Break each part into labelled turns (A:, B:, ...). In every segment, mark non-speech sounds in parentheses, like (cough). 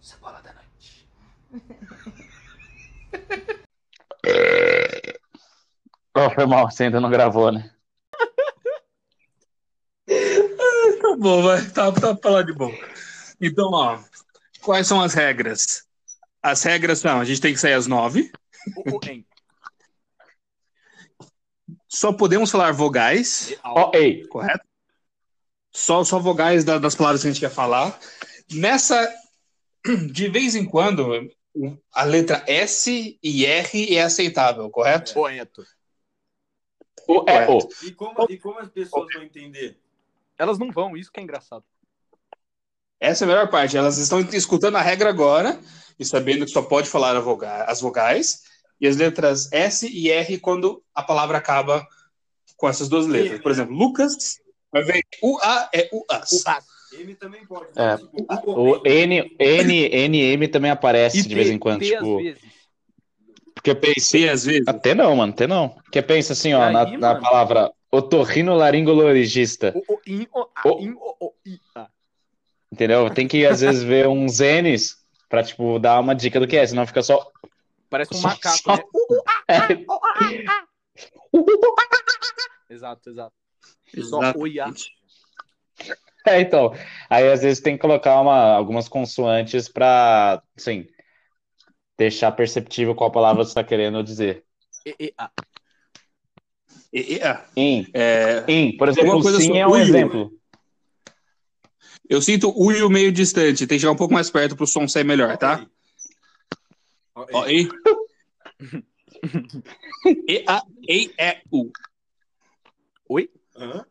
A: Cebola é da noite.
B: Oh, foi mal, você ainda não gravou, né?
A: Tá bom, vai. Tá, tá pra lá de bom. Então, ó, quais são as regras? As regras são, a gente tem que sair às nove,
C: O, o, em.
A: só podemos falar vogais,
B: Ó, ei,
A: correto? Só, só vogais da- das palavras que a gente quer falar. Nessa, de vez em quando, a letra S e R é aceitável, correto?
C: é. Correto.
B: o é o.
D: E como, e como as pessoas vão entender?
C: Elas não vão, isso que é engraçado.
A: Essa é a melhor parte. Elas estão escutando a regra agora e sabendo que só pode falar a voga- as vogais e as letras S e R quando a palavra acaba com essas duas letras. Por exemplo, Lucas, vai ver U-A é U-As.
D: M também pode.
B: É,
D: tipo, o,
B: O N, N, NM também aparece de vez em quando,
C: T,
B: tipo,
C: às vezes.
B: porque pensa,
A: C, às vezes.
B: até não, mano, até não. Porque pensa assim, ó,
C: E aí,
B: na, na
C: mano?
B: palavra otorrinolaringologista,
C: O, o, in, o, a,
B: O-
C: in, o, o, i, a.
B: entendeu? Tem que, às vezes, ver uns N's pra, tipo, dar uma dica do que é, senão fica só... (laughs)
C: Parece um
B: Só-
C: macaco,
B: só-
C: né? Exato, exato. Só
A: Exato.
C: o iá.
B: É, então, aí às vezes tem que colocar uma, algumas consoantes pra, assim, deixar perceptível qual palavra você tá querendo dizer.
C: E, e, a.
A: E- e- ah,
B: Em,
A: é,
B: em, por exemplo,
A: Alguma coisa
B: sim
A: assim,
B: é um
A: uiu.
B: exemplo.
A: eu sinto o e o meio distante. Tem que chegar um pouco mais perto para o som sair melhor, tá? Ó, e. E, A, E, E, U.
D: Hã?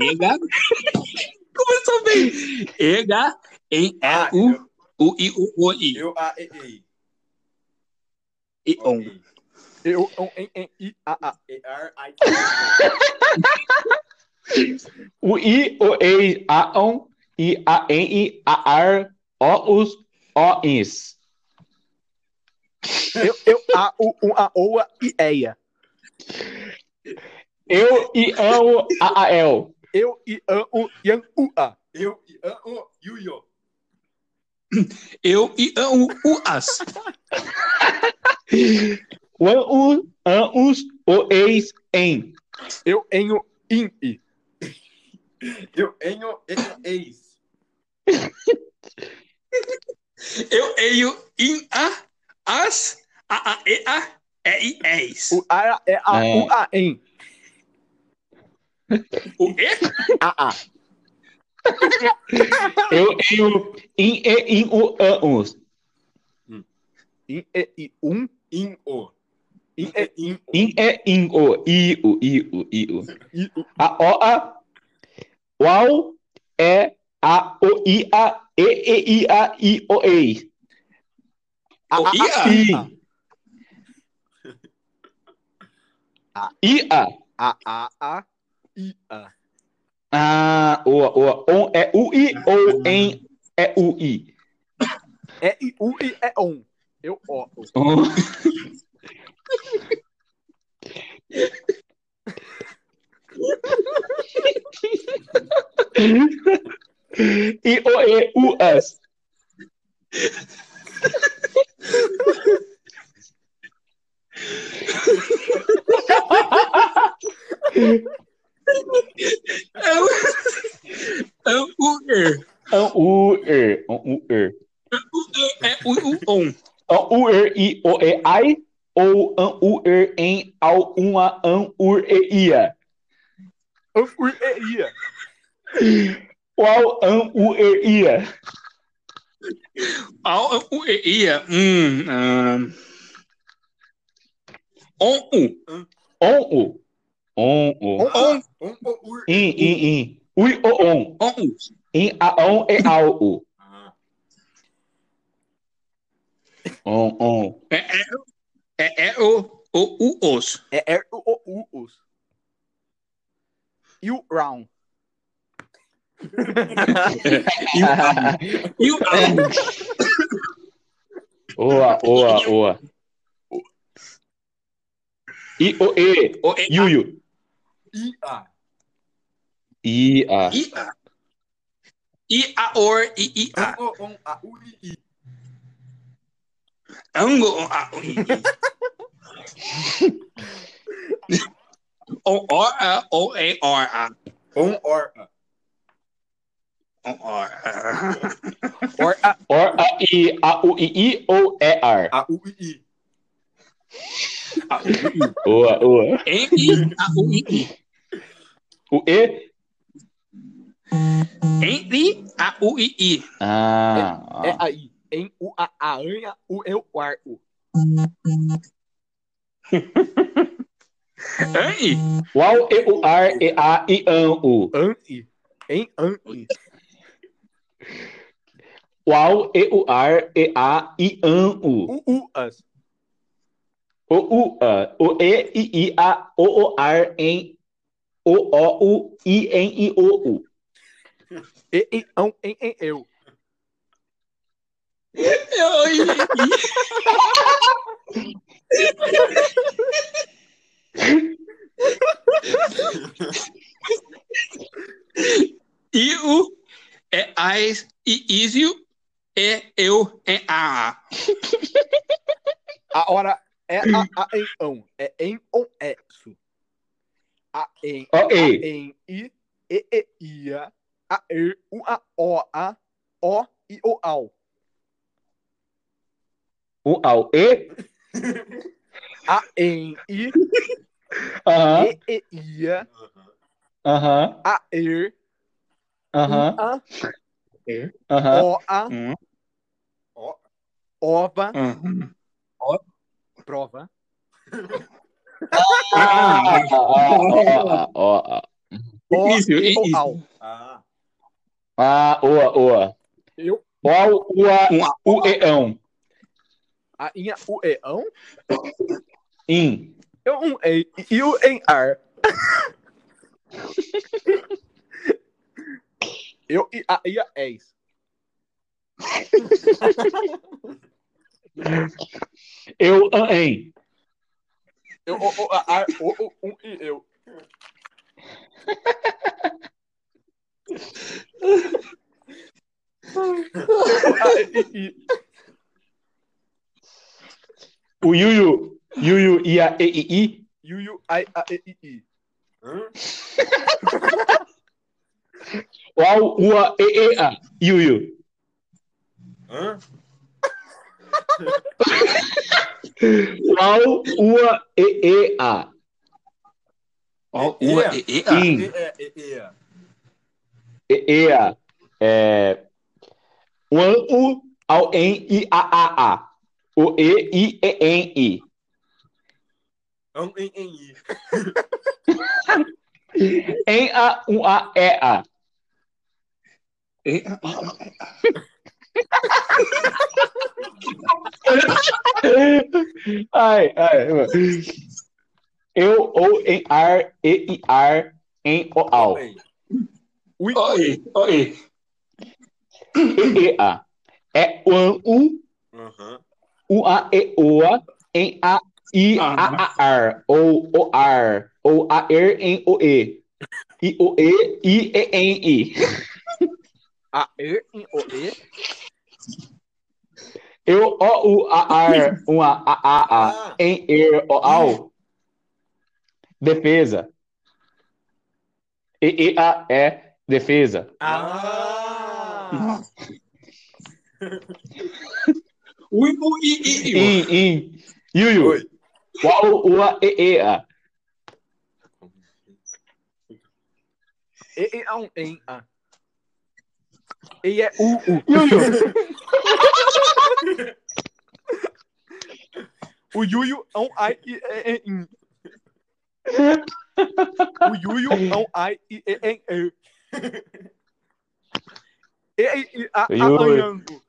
A: Ega. Começou bem. Ega, E, E,
D: Ah,
A: U. O I O O I
D: Eu, a, e, ei.
A: I on.
D: Ok.
C: Eu, um, em, em, i, a, a.
D: E, ar, ai,
B: O I, o E, a ON, I, a N, I, a AR, O, US, O, INS.
C: Eu, eu, a, o, um, a, o, a, i, eia.
B: Eu, I, amo, A, A, El.
C: Eu, i, an, o, ian, u, a.
D: Eu, e, an, o, e o, io.
A: Eu e a, o, o as.
B: One, U, An, US, O, EIS, EN.
C: Eu, em, o, in, i.
D: Eu, em, o, e, eis.
A: Eu eio in a as a a e a e i es.
C: O a é a,
B: É.
C: u, a, em.
A: O e
C: A, a.
B: Eu, E, U, IN, E, IN, U, An, US.
C: In, e, i, um.
D: In, o.
C: In, e,
D: In,
B: IN, E, IN, O, I, U, I, U, I, U.
C: i, u.
B: A, O, A, UAU, E, A, O, I, A, E, E, I, A, I, O, EI.
C: A,
A: O
C: a,
A: i a.
B: I. I, A.
C: A, a, a, i, a.
B: Ah, o, o, on é UI ou em é UI?
C: É, i, u, i, é, on. Eu, ó. o.
B: I, O, E, U, S.
A: é (laughs) o é o e
B: An, U, E, An, U, E.
A: é o u on.
B: An, U, E, I, O, E, I. Ou an, U, E, em, ao, uma, an, U, E, ia.
C: Eu, Um, u, e, ia.
B: Qual, an, U, E, ia.
A: Ao o e ia um ahn. on u
B: On, U. On, U.
C: Um,
A: on
D: on, Um, o, ur.
B: In, in, in. Ui, o, on.
A: on u.
B: In, a, on, e, ao, U.
D: Ah,
B: On, on.
A: É é é, é o o u os.
C: É, é, o, o, u, os. E o round.
A: E o a e
B: (laughs)
A: o a
B: Oa, oa, oa. I, o, e,
A: o e
B: Yuyu.
D: I, a.
B: I, a.
A: i a I, a, or, i, i, a.
D: Ango, on, Um, a, u, i, i.
A: Ango, on, a, o, i, i. On, or, a, o, e, or, a.
D: On, or, a.
A: On, or, a.
C: Or a
B: Or a i a u i i ou é ar.
D: A, u, i, i.
A: A, u, i, i.
B: Boa, boa.
A: E, i, a, u, i, i.
B: O e?
A: Em, i, a, u, i, i.
B: Ah,
C: é
B: ó.
C: aí. Em o a a anha, o eu ar o.
A: Ai,
B: o au e o ar e a i an u.
C: An i. Em an i.
B: O au e o ar e a i an u.
C: O u as.
B: O u a. O e i i a o o ar em o o u i em i o u.
C: E e ão em em eu.
A: eu, i, i. I, u, é, as, i, isio, é, eu, é, a, a.
C: A hora é a a em ão. É em on é su. A em
B: O
C: a
B: e.
C: em i e e ia a e u a o a o i o ao.
B: O au e.
C: A em i
B: Aham,
C: e e ia
B: aham,
C: a e
B: aham,
C: a
B: aham.
C: o a
A: Hum.
D: Ó,
C: ova
A: Uhum.
C: prova.
B: Ah, ó, ó, ó, ó, ó.
C: O
A: Isso,
C: i o
A: isso.
C: ao.
D: a,
B: Ah, oa, oa.
C: Eu
B: Qual o ah, a
A: Um, a,
B: o eão?
C: a inha u e ão.
B: In.
C: Eu um ei e o em
D: (laughs)
C: ar. Eu e a ia eis.
B: Eu an em.
C: Eu o o a ar o o um e eu.
D: (laughs)
C: A, e, e,
B: O Yuyu. Yuyu ia e i i.
C: Yu, yu, ai, a, e, i, i.
D: hã?
B: Qual ua e e a. Yuyu.
D: Hã?
B: Qual ua e e a.
A: ó, u, e, e, a.
B: In.
D: E, é, e, e, é.
B: E e a. É. O an u ao em i a a a. O e i e em i.
D: Ão, um em, em, i.
B: Em a um a e a.
A: E, É, a, a, a.
B: Ai, ai. mano. Eu ou em ar e i ar em o ao.
D: Em.
C: Ui,
A: Oi, oi.
B: E-E-A. É o u,
D: Aham.
B: u a e o a em a i a a ar ou o ar ou a er em o e. I o e i e em i.
C: a, e, in, o, e.
B: Eu o u a ar um a a a a
D: Ah.
B: em er o ao. Defesa. E e a é defesa.
D: Ah!
A: Nossa. Ui, u, i, i, i.
B: In in yuyu.
D: Oi.
B: Uau ua e e a.
C: E, e, a, um, em, a. E, é, u, u.
B: Yuyu.
C: O Yuyu é um ai e é é, in. (laughs) O Yuyu é um ai e é é é. E aí, e a
B: Yuyu.
C: apanhando.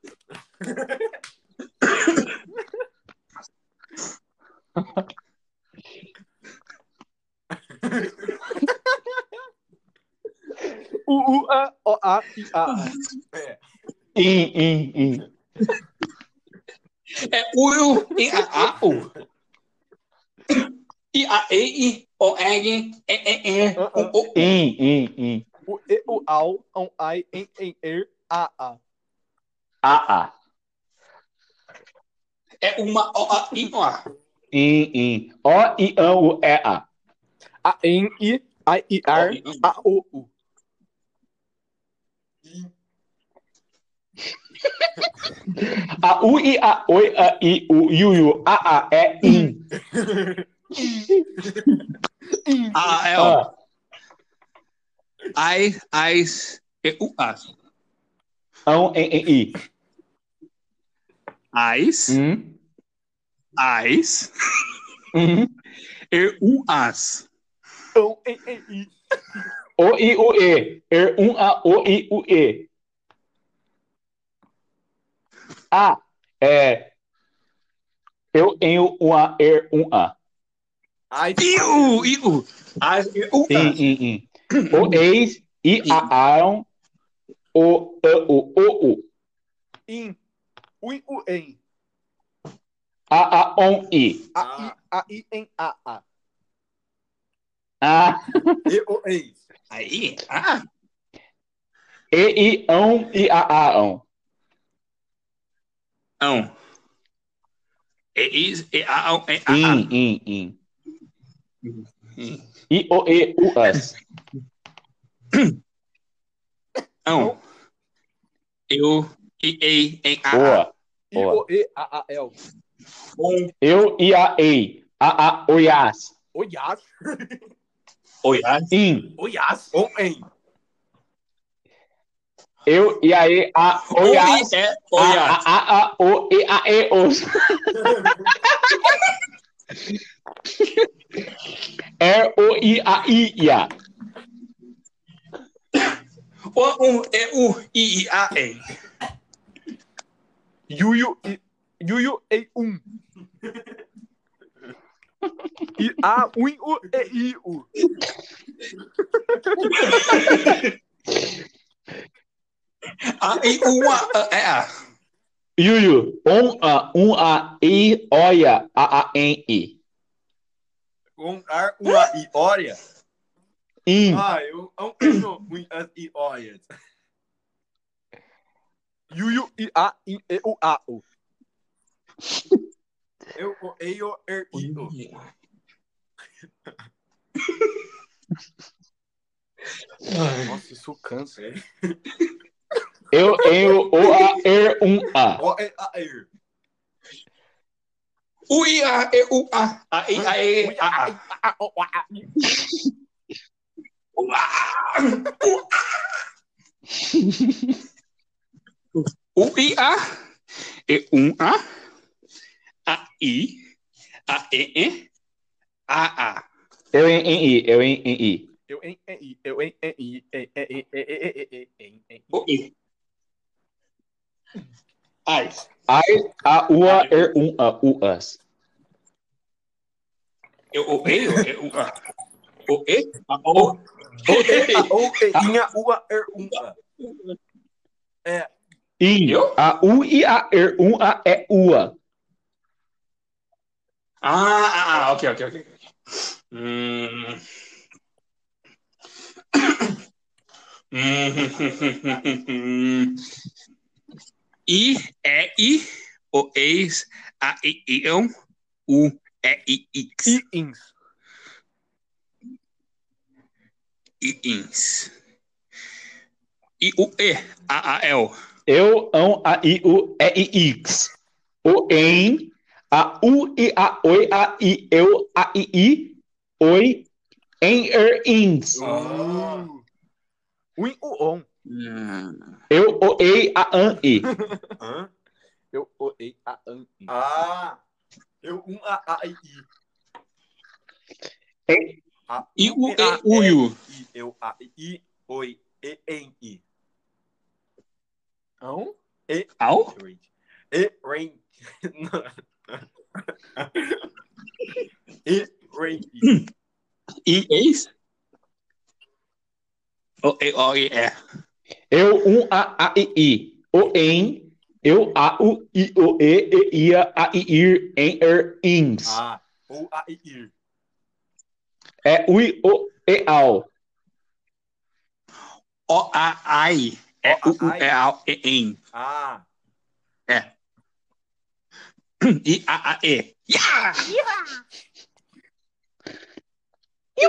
C: O U A O A I A.
B: In in in.
A: É u, eu, e, a, a, u. I, a, e, i, o, e, e, e, e,
C: Uh-uh.
A: o, o.
B: In in in.
C: O E O Ao é um ai em em er. a, a.
B: A, a.
A: É uma O, A, I, O, A.
B: In, in. O, i, ão, u, e, a.
C: A, em, i, a, i, ar, a, o,
D: (laughs)
C: u.
B: A, u, i, a, oi, a, i, u, iu, iu. A, a, é, in.
C: Então,
A: A, é, ó.
B: Ah,
A: I, Ais, E, U, A.
B: ão, em, em, i.
A: Ais,
B: Hum,
A: Ais,
B: hum.
A: E, U, As.
C: Então, em, em, i.
B: O, i, u, e. Er, um, a, o, i, u, e. A, é. Eu, em, u, um, a, er, um, a.
D: Ai,
A: I, U, I, U. Ais, E, U,
B: Sim,
A: As.
B: sim, sim. Ah. O, eis, i, a, aram. O, a, o, o, u.
C: Em. Ui, u, em.
B: A, a, on, i.
D: Ah.
C: A, i, a, i, em, a, a.
B: A,
D: E, o, eis.
A: Aí, ah,
B: e, i, ão, i, a, a, ão.
A: ão. um. E, is, E, A, ão, E, A, A.
B: In, in, in. I, o, e, u, as.
A: Ão. um. Eu, I, Ei, Em, A, um. A.
B: Boa.
C: I,
B: Boa.
C: o, e, a, a, el.
A: Om,
B: Eu, i, a, ei. A, a, oiás.
C: Oiás.
A: Oi, As.
B: In.
C: Oiás.
D: (laughs) O, em.
B: Eu, i, a, e, a,
A: Oi,
B: oiás.
A: É,
B: A,
A: Oi,
B: A,
A: As.
B: A, A, O, (laughs) E, A, E, Os. R, É, O, I, A, I, I, A.
A: O, um, E, U, I, I, A, E.
C: Yuyu, i, yuyu, ei,
D: (laughs)
C: um. I, a, ui, u, e, i, u.
A: A, I, U, A, A, E, A.
B: Yuyu, on, a, um, a, i, oia, a, a, en, i.
D: Um, ar, uma, e, olha.
B: In,
D: Ah, eu, um, eu, um,
C: ah,
D: as, e, olha.
C: Yuyu, i, a, i, e, u, a, u.
D: Eu, o, ei, o, er, i, o.
C: Nossa, isso cansa.
B: eu, eu, o, a, er, um, a.
D: O, e, a, er.
A: U, I, A, E, U, A. A, I, A, E, A, A.
C: Ah, ó, ó, ah.
A: U, A. U, I, A. E, um, A. A, I. A, E, E. A, A.
B: Eu, em, em, i, eu, em, em, i.
C: Eu, em, em, i, eu, em, em, i, em, em, em, em, em, em, em, em, em.
A: O, I. Ais.
B: I, a, u, a, er, um, a, u, as.
A: Eu, o, E, o, E, U, A. O, E, A, O. O, E,
D: A, o, e, inha, ua, er, um, a.
B: In,
A: Eu?
B: a, u, i, a, er, um, a, e, ua.
A: Ah, ah, ah, ok, ok, ok. Hum. Hum. I, é I, o ex, a, i, ião, u, é i, ix,
C: I, ins.
A: i, ins. I, u, e, a, a, el.
B: Eu, ão, a, i, u, e, i, x. O, em, a, u, i, a, oi, a, i, eu, a, i, i, oi, em, er, ins.
D: Ah.
C: Ui, u, on.
B: Eu, o, ei, a, an, i.
D: Hã?
C: Eu, o, e, a, an, i.
D: Ah. Eu, um, a, a, i, i. A,
A: I, u,
D: a,
A: e, uiu.
D: i, eu, a, i, oi, e, em, i.
C: Ão?
A: Au?
D: E, rain. (laughs) E, rain, i.
A: I, ex? O, e, o, e, é.
B: Eu, um, a, a, i, i. O, em, eu, a, u, i, o, e, e, ia, a, i, ir, em, er, ins.
D: Ah. Ou, a, i, ir.
B: É, ui, o, e, ao.
A: O, a, ai,
B: É
D: Ó,
B: u, u,
D: ai.
B: é a, é em.
D: Ah,
B: I, a, a, e. Ya!
D: (laughs)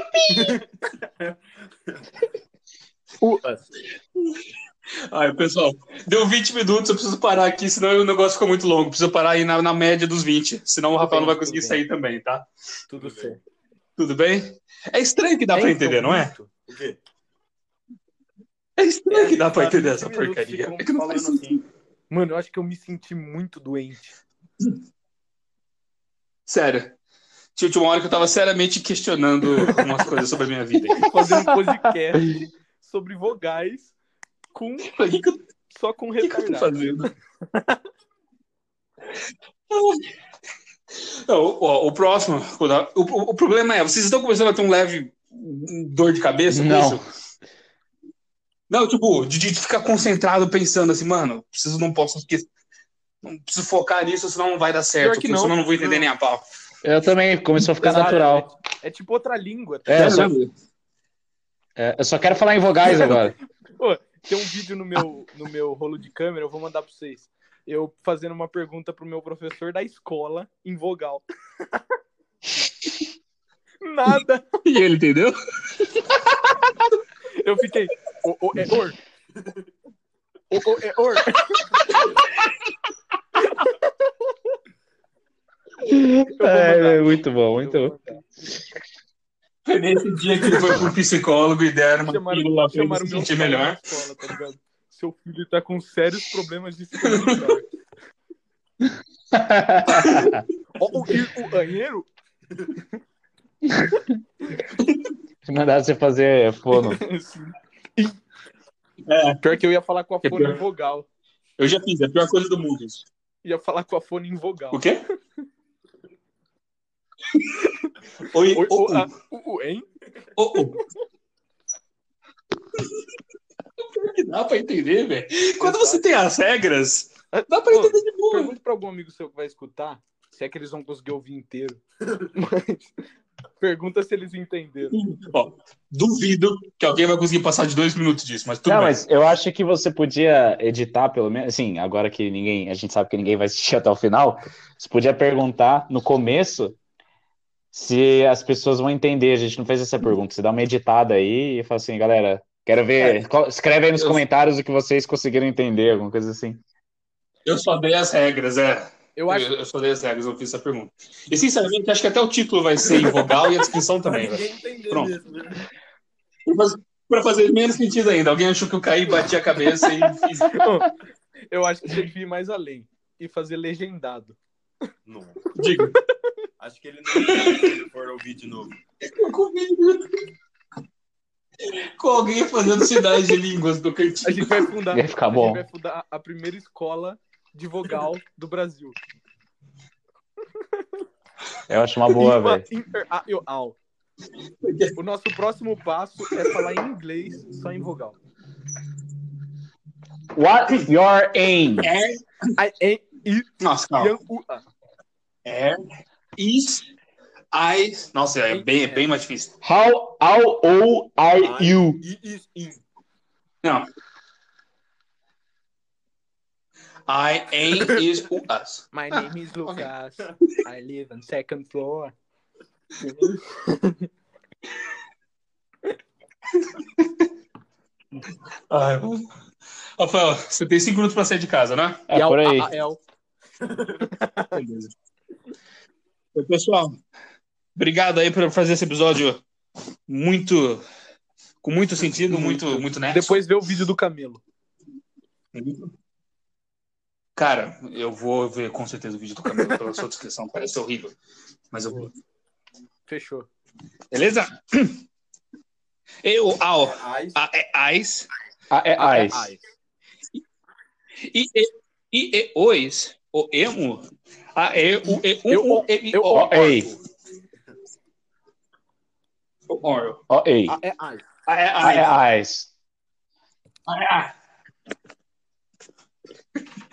A: Ai, pessoal, deu 20 minutos, eu preciso parar aqui, senão o negócio ficou muito longo. Preciso parar aí na, na média dos 20, senão o Rafael não vai conseguir sair também, tá?
C: Tudo certo.
A: Tudo bem? É estranho que dá pra entender, não é?
D: o quê?
A: É estranho que dá
D: Tá
A: pra entender
D: 20
A: essa
D: minutos
A: porcaria.
D: ficam
A: É que não faz
D: falando assim.
A: sentido.
C: Mano, eu acho que eu me senti muito doente.
D: (laughs)
A: Sério. Tinha tinha uma hora que eu tava seriamente questionando algumas coisas sobre a minha vida.
D: (laughs)
C: Fazendo um podcast sobre vogais com,
A: O que, que, eu- o
C: só com
A: que que eu tô
C: retardado.
A: fazendo? (laughs) Não, o, ó, o próximo. quando a- O, o- o problema é, vocês estão começando a ter um leve hum, dor de cabeça com
B: Não.
A: isso? Não, tipo, de, de ficar concentrado pensando assim, mano, preciso, não posso esquecer. Não preciso focar nisso, senão não vai dar certo.
C: que
A: porque
C: não.
A: Senão eu não vou entender nem a pau.
B: Eu também, começou a ficar
C: Exato,
B: natural.
C: É, é tipo outra língua. tá?
B: É, eu só,
A: Sabe? né?
B: é, eu só quero falar em
A: (laughs)
B: vogais agora.
C: Tem um vídeo no meu, no meu rolo de câmera, eu vou mandar pra vocês. Eu fazendo uma pergunta pro meu professor da escola em vogal. (laughs) Nada.
A: E ele entendeu?
C: (laughs) Eu fiquei. O, o, é or. O, o, é or.
B: É,
C: mandar.
B: muito bom,
C: Eu
B: muito
C: vou
B: bom.
C: mandar.
A: Foi nesse dia que ele foi pro psicólogo e deram uma
C: Chamaram,
A: pílula pra ele
C: chamaram
A: se
C: meu
A: sentir
C: pai
A: melhor.
C: na escola, tá ligado? Seu filho tá com sérios problemas de saúde. Ó, o, e o banheiro?
B: Se mandar você fazer fono.
C: Sim. Pior que eu ia falar com a
A: É
C: fone
A: pior.
C: em vogal.
A: Eu já fiz, é a pior coisa do mundo isso.
C: Ia falar com a fone em vogal.
A: O quê? (laughs) Oi,
C: Oi,
A: o,
C: o, a, o, o, hein?
A: o, o. Pior que Dá pra entender, velho. Quando você tem as regras, dá pra
C: Pô,
A: entender de boa.
C: Ah, Pergunta pra algum amigo seu que vai escutar se é que eles vão conseguir ouvir inteiro. (laughs) Mas pergunta se eles entenderam.
A: Ó, duvido que alguém vai conseguir passar de dois minutos disso, mas tudo
B: Não,
A: bem.
B: mas eu acho que você podia editar, pelo menos, assim, agora que ninguém, a gente sabe que ninguém vai assistir (laughs) até o final, você podia perguntar no começo se as pessoas vão entender. A gente não fez essa pergunta. Você dá uma editada aí e fala assim, galera, quero ver, co- escreve aí nos
A: É. Eu-
B: comentários o que vocês conseguiram entender, alguma coisa assim.
A: Eu só dei as regras, é.
C: Eu
A: Eu,
C: acho
A: eu só dei as regras, eu fiz essa pergunta. E sinceramente, acho que até o título vai ser em vogal e a descrição
D: Pra
A: também, velho.
D: ninguém entender
A: Pronto.
D: mesmo, né?
A: Mas Pra fazer menos sentido ainda. Alguém achou que eu caí, bati a cabeça e fiz.
C: Eu acho que tem que ir mais além e fazer legendado.
D: Não.
A: Digo.
D: Acho que ele não entende se ele for ouvir de novo.
A: eu comi muito. Com alguém fazendo cidade de línguas do
C: A
A: cantinho.
C: gente vai fundar,
B: Ia ficar
C: a,
B: bom.
C: gente vai fundar a primeira escola de vogal do Brasil.
B: Eu acho uma
A: (laughs)
B: boa,
C: Ima,
B: velho.
C: inter, a, eu, ao. O nosso próximo passo é falar em inglês só em vogal.
B: What is your aim?
A: É.
C: I, I, I,
A: Nossa, calma.
C: Ian, U, A.
A: É. Is. I. Nossa, é bem, é bem mais difícil.
B: How, how old are you?
D: E is in.
A: Não. I ain't is u- us.
C: My name is Lucas. I live on second floor.
A: Ai, mano. Rafael, você tem cinco minutos pra sair de casa, né?
B: É
C: Yau,
B: por aí.
C: A, A, El.
A: Beleza. Oi, pessoal, obrigado aí por fazer esse episódio muito com muito sentido, muito muito né?
C: Depois vê o vídeo do Camelo.
A: Cara, eu vou ver com certeza o vídeo do Camilo pela sua descrição, parece horrível, mas eu vou.
C: Fechou.
A: Beleza? Eu, ao,
D: É ice.
A: a, é, ais,
B: Ah, é ice.
C: Ai,
A: i, e, i, e, ois, o, emo, a, e, u, e,
C: Eu,
A: u, u, e, i,
C: eu,
A: o,
B: ó, ei.
A: o, oro.
B: Oh, ei.
C: A, é ai.
A: A, é,
B: Ah,
A: ais,
B: é ice.
A: a, é, a.